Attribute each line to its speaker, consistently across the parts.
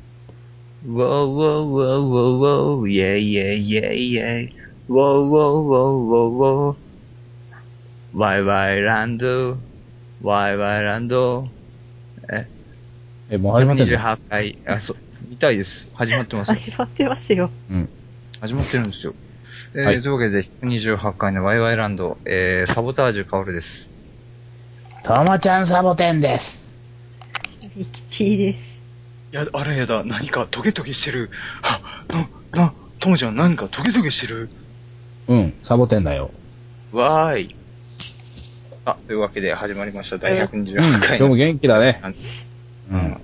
Speaker 1: ウォーウォーウォーウォーウォーイェイイェイイェイイェイウォーウォーウォーウォーウォーウォーワイワイランドワイワイランドえ、
Speaker 2: え、もう始まってんの
Speaker 1: 28回、あ、そう、見たいです。始まってます。
Speaker 3: 始まってますよ。
Speaker 2: うん。
Speaker 1: 始まってるんですよ。えー
Speaker 2: はい
Speaker 1: というわけで、28回のワイワイランド、えー、サボタージュカオルです。
Speaker 2: ともちゃんサボテンです。
Speaker 3: ミキティです。
Speaker 4: いや、あれやだ、何かトゲトゲしてる。は、な、な、ともちゃん何かトゲトゲしてる。
Speaker 2: うん、サボテンだよ。
Speaker 1: わーい。
Speaker 4: あ、というわけで始まりました。第
Speaker 2: うん、
Speaker 4: 128
Speaker 2: 今
Speaker 4: 回
Speaker 2: 日も
Speaker 4: の。
Speaker 2: 元気だね
Speaker 4: あ。
Speaker 2: うん。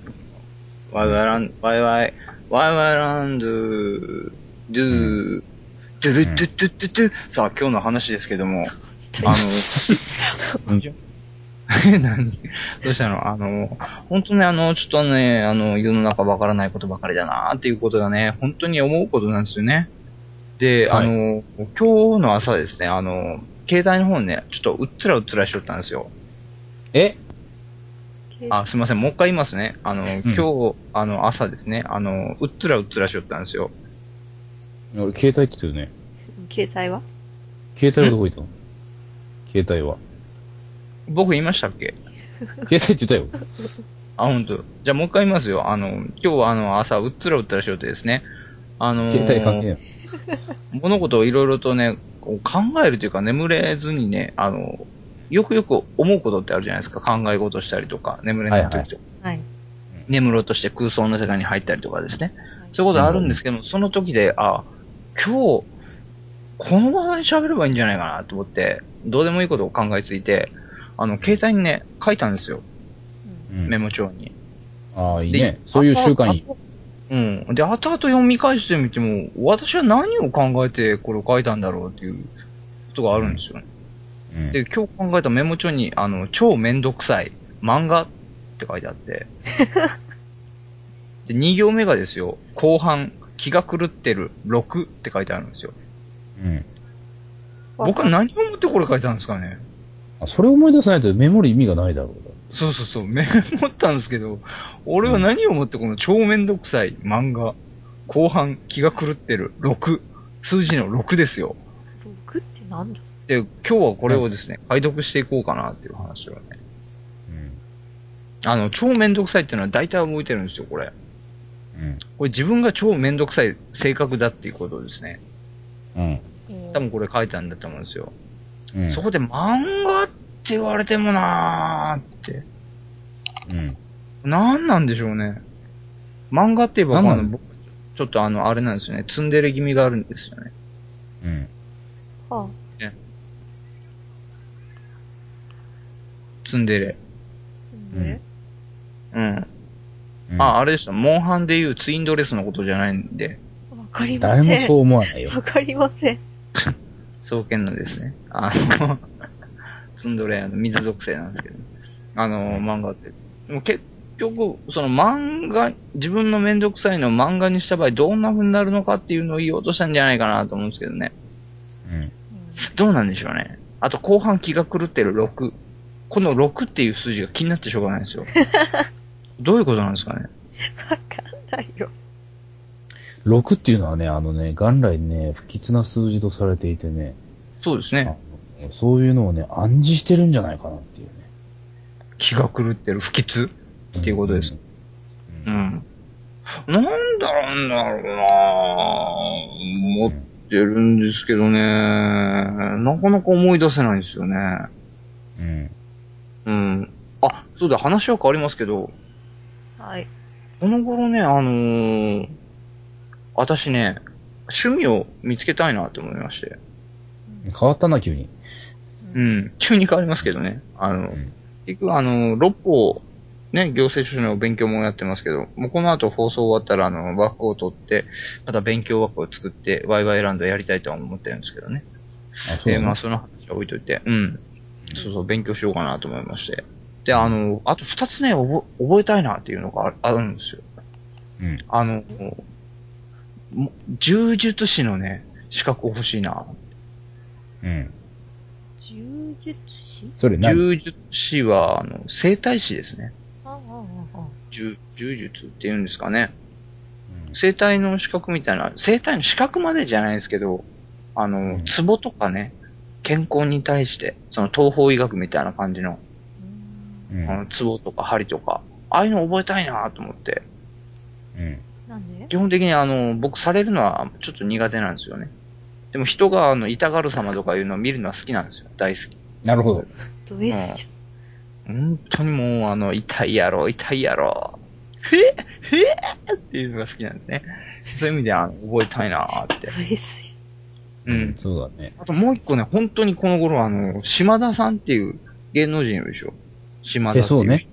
Speaker 1: ワイワイラン、ワイワイ、ワイワイランドゥ、ドゥ、
Speaker 4: ドゥルドゥドゥドゥドゥ。さあ、今日の話ですけども。あ
Speaker 2: うん
Speaker 1: え、何どうしたのあの、本当ね、あの、ちょっとね、あの、世の中わからないことばかりだなっていうことがね、本当に思うことなんですよね。で、
Speaker 2: はい
Speaker 1: あの、今日の朝ですね、あの、携帯の方にね、ちょっとうっつらうっつらしとったんですよ。
Speaker 2: え
Speaker 1: あ、すいません、もう一回言いますね。あの、今日、あの、朝ですね、あの、うっつらうっつらしとったんですよ。
Speaker 2: 俺、携帯って言ってるね。
Speaker 3: 携帯は
Speaker 2: 携帯はどこ行ったの携帯は。
Speaker 1: 僕言いましたっけ
Speaker 2: 携帯って言ったよ。
Speaker 1: あ、本当。じゃあもう一回言いますよ。あの、今日はあの、朝、うっつらうっつらしようってですね。あのー
Speaker 2: 携帯関係ない。
Speaker 1: 物事をいろいろとね、こう考えるというか眠れずにね、あの、よくよく思うことってあるじゃないですか。考え事したりとか、眠れない時とか、
Speaker 2: はい
Speaker 3: はい。
Speaker 1: 眠ろうとして空想の世界に入ったりとかですね。
Speaker 3: はい
Speaker 1: そういうことあるんですけども、その時で、あ、今日、このままに喋ればいいんじゃないかなと思って、どうでもいいことを考えついて、あの、携帯にね、書いたんですよ。
Speaker 3: うん
Speaker 2: う
Speaker 1: メ
Speaker 2: ん。
Speaker 1: モ帳に。
Speaker 2: ああ、いいね。そういう習慣いい。
Speaker 1: うん。で、後々読み返してみても、私は何を考えてこれを書いたんだろうっていうことがあるんですよね。
Speaker 2: うん
Speaker 1: で、今日考えたメモ帳に、あの、超めんどくさい漫画って書いてあって、で、2行目がですよ、後半、気が狂ってる6って書いてあるんですよ。
Speaker 2: うん。
Speaker 1: 僕は何を思ってこれ書いたんですかね
Speaker 2: あ、それ思い出さないとメモる意味がないだろ
Speaker 1: そうそうそう、メモったんですけど、俺は何を思ってこの超めんどくさい漫画、後半、気が狂ってる6、数字の6ですよ。
Speaker 3: 僕ってなんだ
Speaker 1: で、今日はこれをですね、解読していこうかなっていう話をね。
Speaker 2: う。うん。
Speaker 1: あの、超めんどくさいっていうのは大体動いてるんですよ、これ。
Speaker 2: うん。
Speaker 1: これ自分が超めんどくさい性格だっていうことですね。
Speaker 2: うん。
Speaker 1: 多分これ書いたんだと思うんですよ。
Speaker 2: うん。
Speaker 1: そこで漫画って言われてもなーって。
Speaker 2: うん。
Speaker 1: なんなんでしょうね。漫画って言えば、
Speaker 2: なんな
Speaker 1: あ
Speaker 2: の
Speaker 1: の、僕、ちょっとあの、あれなんですよね。ツンデレ気味があるんですよね。
Speaker 2: うん。
Speaker 3: は
Speaker 1: ツンデレ。
Speaker 3: 住んでる
Speaker 1: うん。
Speaker 2: うん
Speaker 1: あ、あれでした。モンハンで言うツインドレスのことじゃないんで、
Speaker 3: わかりませ
Speaker 2: 誰
Speaker 3: ん。
Speaker 2: もそう思わないよ。
Speaker 3: わかりません。
Speaker 1: 創建のですね、あの、 ツンドレ、あの、水属性なんですけど、あの、漫画って。でも結局、その漫画、自分のめんどくさいのを漫画にした場合、どんな風になるのかっていうのを言おうとしたんじゃないかなと思うんですけどね。
Speaker 2: うん。
Speaker 1: どうなんでしょうね。あと、後半気が狂ってる6。この6っていう数字が気になってしょうがないんですよ。どういうことなんですかね。
Speaker 3: わかんないよ。
Speaker 2: 6っていうのはね、あのね、元来ね、不吉な数字とされていてね、
Speaker 1: そうですね。
Speaker 2: あのそういうのをね、暗示してるんじゃないかなっていうね。
Speaker 1: 気が狂ってる不吉っていうことです。
Speaker 2: う。
Speaker 1: うんん。なんだろうんだろうなぁ。持ってるんですけどね。なかなか思い出せないんですよね。
Speaker 2: うん。
Speaker 1: うん。あ、そうだ、話は変わりますけど、
Speaker 3: はい。
Speaker 1: この頃ね、あのー、私ね、趣味を見つけたいなと思いまして。
Speaker 2: 変わったな、急に。
Speaker 1: う。ん。急に変わりますけどね。あの、
Speaker 2: うん
Speaker 1: 結局あの、六法、ね、行政書士の勉強もやってますけど、もうこの後放送終わったら、あの、枠を取って、また勉強枠を作って、ワイワイランドやりたいとは思ってるんですけどね。
Speaker 2: あ、そ
Speaker 1: で、
Speaker 2: うなの
Speaker 1: まあ、その話は置いといて、うん。そうそう、勉強しようかなと思いまして。で、あの、あと二つね、覚え覚えたいなっていうのがあるあるんですよ。
Speaker 2: うん。
Speaker 1: あの、も柔術師のね、資格欲しいな。
Speaker 2: うん。
Speaker 3: 柔術師
Speaker 2: それ何
Speaker 1: 柔術師は、あの、整体師ですね。
Speaker 3: ああ、ああ、ああ。
Speaker 1: 柔柔術っていうんですかね。
Speaker 2: うん
Speaker 1: 生体の資格みたいな、生体の資格までじゃないですけど、あ
Speaker 2: う
Speaker 1: の
Speaker 2: ん、
Speaker 1: ツボとかね、健康に対して、その東方医学みたいな感じの、
Speaker 3: うん
Speaker 2: うん。
Speaker 1: あの、ツボとか針とか、ああいうの覚えたいなと思って、
Speaker 2: うん。
Speaker 3: なんで
Speaker 1: 基本的にあの、僕されるのはちょっと苦手なんですよね。でも人があの、痛がる様とかいうのを見るのは好きなんですよ。大好き。
Speaker 2: なるほど。
Speaker 3: ド S じ
Speaker 1: 本当にもうあの、痛いやろ、痛いやろ。へえへえっていうのが好きなんですね。そういう意味であの、覚えたいなーっ
Speaker 3: ゃ
Speaker 1: て
Speaker 3: ん。。ド S や。
Speaker 1: うん。
Speaker 2: そうだね。
Speaker 1: あともう一個ね、本当にこの頃あの、島田さんっていう芸能人いるでしょ。島田っていう。
Speaker 2: 手相ね。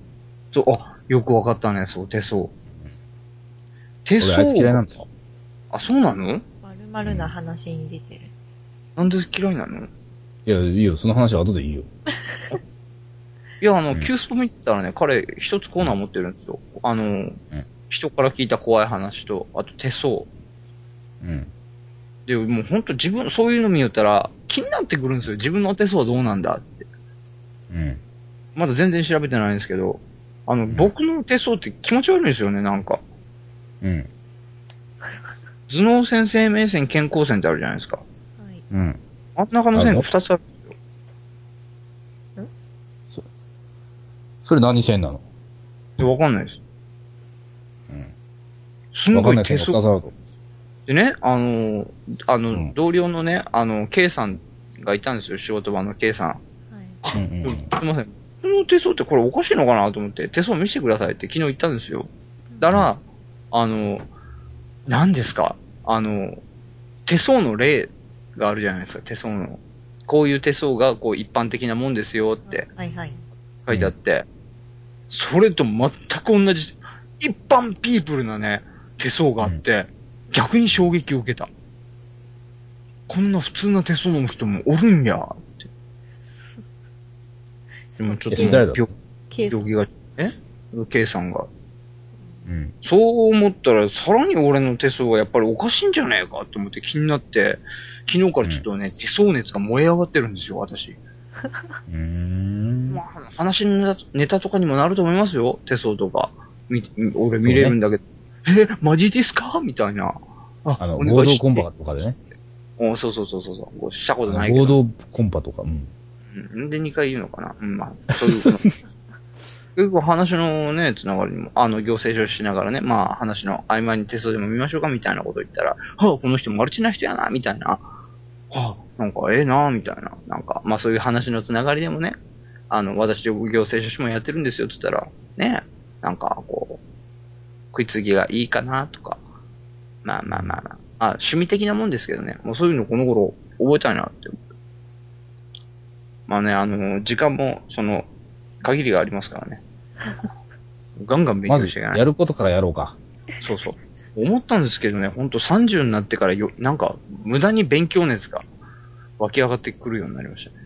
Speaker 1: そう、あ、よくわかったね、そう、手相。手
Speaker 2: 俺、
Speaker 1: 相。
Speaker 2: あいつ嫌いなんだよ。
Speaker 1: あ、そうなの
Speaker 3: まるまるな話に出てる。
Speaker 1: なんで嫌いなの
Speaker 2: いや、いいよ。その話は後でいいよ。
Speaker 1: いや、あの、
Speaker 2: うん
Speaker 1: キュースポ見てたらね、彼、一つコーナー持ってるんですよ。あの、人から聞いた怖い話と、あと手相。
Speaker 2: うん。
Speaker 1: で、もう本当自分、そういうの見よったら、気になってくるんですよ。自分の手相はどうなんだって。
Speaker 2: うん。
Speaker 1: まだ全然調べてないんですけど、あの、
Speaker 2: ん
Speaker 1: 僕の手相って気持ち悪いんですよね、なんか。
Speaker 2: うん。
Speaker 1: 頭脳線、生命線、健康線ってあるじゃないですか。
Speaker 3: はい。
Speaker 2: うん。
Speaker 1: 真ん中の線が二つある。
Speaker 2: それ何線なの
Speaker 1: わかんないです。
Speaker 2: う
Speaker 1: す
Speaker 2: ん。わか
Speaker 1: ご
Speaker 2: んないい線
Speaker 1: 手相
Speaker 2: が2つあると。
Speaker 1: でね、あの、あの、
Speaker 2: うん
Speaker 1: 同僚のね、あの、K さんがいたんですよ、仕事場の K さん。
Speaker 3: は
Speaker 2: う
Speaker 3: い。
Speaker 2: んうん
Speaker 1: すいません。この手相ってこれおかしいのかなと思って、手相見せてくださいって昨日言ったんですよ。だら、あの、何ですかあの、手相の例があるじゃないですか、手相の。こういう手相がこう一般的なもんですよって
Speaker 3: はいはい。
Speaker 1: 書いてあって、それと全く同じ、一般ピープルなね、手相があって、逆に衝撃を受けた。こんな普通な手相の人もおるんや、って。でもちょっと
Speaker 2: えそれ誰だ
Speaker 1: 病
Speaker 3: ケー
Speaker 1: 病
Speaker 3: ス。
Speaker 1: 気が、え ?K さんが。
Speaker 2: うん。
Speaker 1: そう思ったら、さらに俺の手相がやっぱりおかしいんじゃねえかと思って気になって、昨日からちょっとね、手相熱が燃え上がってるんですよ、私。
Speaker 2: うーん。
Speaker 1: まあ、話のネタネタとかにもなると思いますよ、手相とか。み俺見れるんだけど、え、マジですかみたいな。あ
Speaker 2: あの、
Speaker 1: お願い
Speaker 2: 合同
Speaker 1: して
Speaker 2: コンパとかでね。
Speaker 1: おそうそうそうそうそう。こうしたことないけど。
Speaker 2: 合同コンパとか。うん。
Speaker 1: うんで、2回言うのかなうん、まあ、そういう こと。結構話のね、つながりにも、あの、行政書士しながらね、まあ、話の合間にテストでも見ましょうか、みたいなこと言ったら、はあ、この人マルチな人やな、みたいな。はあ、なんか、ええな、みたいな。なんか、まあ、そういう話のつながりでもね、あの、私、行政書士もやってるんですよ、つったら、ね、なんか、こう、食いつぎがいいかな、とか。まあまあまあまあ。あ、趣味的なもんですけどね。もうそういうのこの頃、覚えたいなってまあね、あの、時間も、その、限りがありますから ね。ガンガン勉
Speaker 2: ま
Speaker 1: 強
Speaker 2: ず、
Speaker 1: していかないと
Speaker 2: やることからやろうか。
Speaker 1: そうそう。思ったんですけどね、ほんと30になってからよ、なんか、無駄に勉強熱が湧き上がってくるようになりましたね。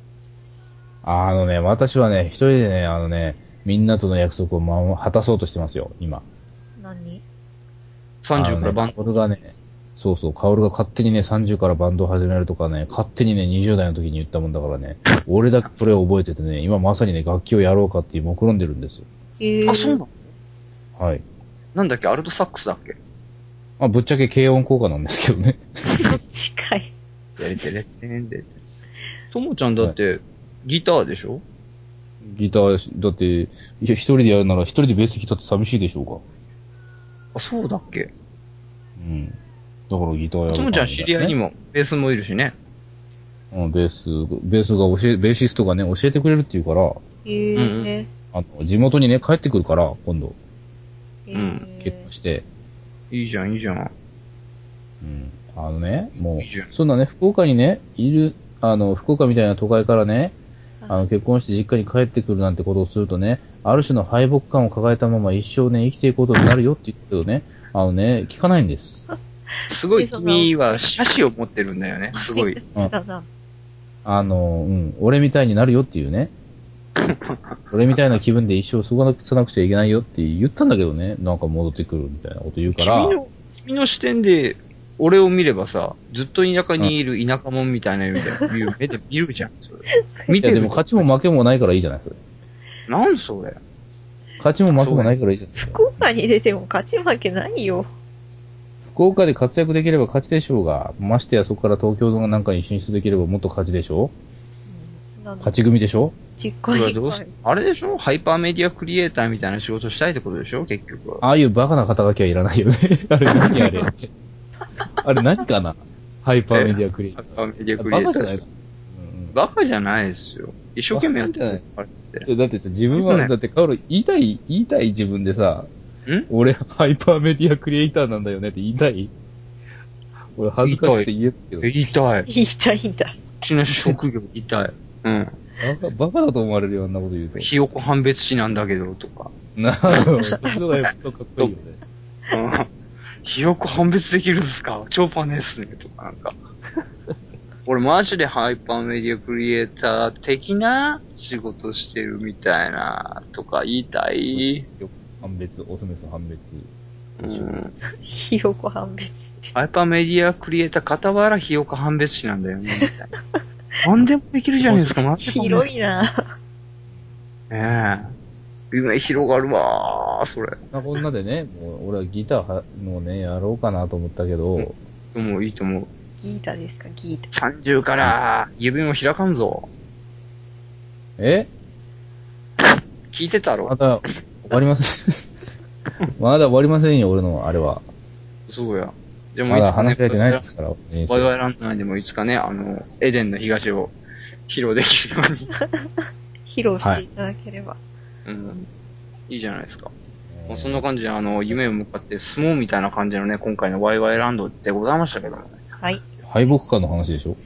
Speaker 2: あのね、私はね、一人でね、あのね、みんなとの約束を守果たそうとしてますよ、今。
Speaker 3: 何
Speaker 1: 30から
Speaker 2: バ
Speaker 1: バン
Speaker 2: ンド。カオルがね、そうそう、カオルが勝手にね、30からバンドを始めるとかね、勝手にね、20代の時に言ったもんだからね、俺だけそれを覚えててね、今まさにね、楽器をやろうかっていう目論んでるんです。
Speaker 3: え
Speaker 1: あ、そうなの
Speaker 2: はい。
Speaker 1: なんだっけアルトサックスだっけ
Speaker 2: まあ、ぶっちゃけ軽音効果なんですけどね。
Speaker 3: そっちかい。
Speaker 1: やりてれってんで。ともちゃんだって、ギターでしょ
Speaker 2: ギター、だって、いや、一人でやるなら一人でベース弾いたって寂しいでしょうか。
Speaker 1: あ、そうだっけ
Speaker 2: うん。だからギターやろ
Speaker 1: と
Speaker 2: うかな
Speaker 1: も
Speaker 2: み
Speaker 1: ち
Speaker 2: た
Speaker 1: ゃん
Speaker 2: いなね
Speaker 1: 知り合いにも、ベースもいるしね。
Speaker 2: うん、ベース、ベースが教え、ベーシストがね、教えてくれるっていうから、
Speaker 3: えー
Speaker 1: うん
Speaker 3: え
Speaker 2: あの、地元にね、帰ってくるから、今度、
Speaker 3: ー
Speaker 1: うん
Speaker 2: 結婚して、
Speaker 1: いいじゃん、いいじゃん。
Speaker 2: うん。あのね、も
Speaker 1: いいじゃん
Speaker 2: う、そんなね、福岡にね、いる、あの、福岡みたいな都会からね、あ
Speaker 3: あ
Speaker 2: の、結婚して実家に帰ってくるなんてことをするとね、ある種の敗北感を抱えたまま一生ね、生きていくことになるよって言うけどね、あのね、聞かないんです。
Speaker 1: すごい
Speaker 3: えその
Speaker 1: 君は、写真を持ってるんだよね。すごい。
Speaker 3: そうだな。
Speaker 2: あの、うん、俺みたいになるよってい うね、俺みたいな気分で一生過ごさなくちゃいけないよって言ったんだけどね、なんか戻ってくるみたいなこと言うか
Speaker 1: 君
Speaker 2: ら、
Speaker 1: の、君の視点で、俺を見ればさ、ずっと田舎にいる田舎者みたいな夢で、いう目で見るじゃん。それ見
Speaker 2: いや
Speaker 1: て
Speaker 2: で
Speaker 1: る
Speaker 2: も勝ちも負けもないからいいじゃない、それ。
Speaker 1: なんそれ。
Speaker 2: 勝ちも負けもないからいいじゃない。
Speaker 3: 福岡に出ても勝ち負けないよ。
Speaker 2: 福岡で活躍できれば勝ちでしょうが、ましてやそこから東京のなんかに進出できればもっと勝ちでしょ
Speaker 3: うんなんだ
Speaker 2: 勝ち組でしょ
Speaker 3: ちっ
Speaker 1: こ
Speaker 3: こ
Speaker 1: れはいどうす
Speaker 3: 声。
Speaker 1: あれでしょハイパーメディアクリエイターみたいな仕事したいってことでしょ結局は。
Speaker 2: ああいうバカな肩書きはいらな いよね。あれ何あれ。あれ何かなハイパーメディアクリエイ
Speaker 1: ハ
Speaker 2: タ
Speaker 1: イパーメディア
Speaker 2: ー。
Speaker 1: クリエ
Speaker 2: バ
Speaker 1: イター。
Speaker 2: カじゃないの、
Speaker 1: バカじゃないですよ。一生懸命やってる。
Speaker 2: うんうん、だってさ、自分は、だってカオル言いたい、言いたい自分でさ、
Speaker 1: ん
Speaker 2: 俺ハイパーメディアクリエイターなんだよねって言いたい俺恥ずかしくて言えるけど。
Speaker 1: 痛い。う
Speaker 3: 言いたいんだ。
Speaker 1: ちの職業痛い。 うん。
Speaker 2: バカバカだと思われるよ、あんなこと言うと。
Speaker 1: ひよこ判別士なんだけど、とか。
Speaker 2: なるほど。そういうのがやっぱかっこいいよね。
Speaker 1: うんひよこ判別できるんですか超パネですね、とかなん か。俺マジでハイパーメディアクリエイター的な仕事してるみたいな、とか言いたい。
Speaker 2: 判別、オスメス判別。
Speaker 1: うん
Speaker 3: ひよこ判別って。
Speaker 1: ハイパーメディアクリエイター、傍らひよこ判別士なんだよね、みたいな。何でもできるじゃないですか、マジで。
Speaker 3: 広いな
Speaker 1: ねえ。夢広がるわー、それ。
Speaker 2: まあこんなでね、もう俺はギターはのね、やろうかなと思ったけど、
Speaker 1: うんでもいいと思う。
Speaker 3: ギータですか、ギータ。
Speaker 1: 30から、指も開かんぞ。
Speaker 2: え
Speaker 1: 聞いてた
Speaker 2: ま
Speaker 1: ろ
Speaker 2: だ終わりません。 まだ終わりませんよ、俺のあれは。
Speaker 1: そうや。でも
Speaker 2: ま
Speaker 1: い
Speaker 2: だ
Speaker 1: つか
Speaker 2: 話
Speaker 1: ね、
Speaker 2: し合えてないですから、人
Speaker 1: 我々
Speaker 2: 生
Speaker 1: ランナーでもいつかね、あの、エデンの東を披露できるように。
Speaker 3: 披露していただければ。
Speaker 1: うん。いいじゃないですか。まあ、そんな感じで、あの、夢を向かって相撲みたいな感じのね、今回のワイワイランドでございましたけどもね。
Speaker 3: はい。違う。
Speaker 2: 敗北感の話でしょ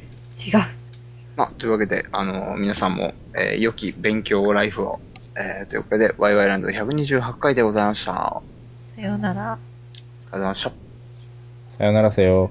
Speaker 1: まあ、というわけで、あの、皆さんも、えー良き勉強ライフを、えーということで、ワイワイランド128回でございました。あり
Speaker 3: さようなら。
Speaker 1: がとうございました。
Speaker 2: さよならせよ。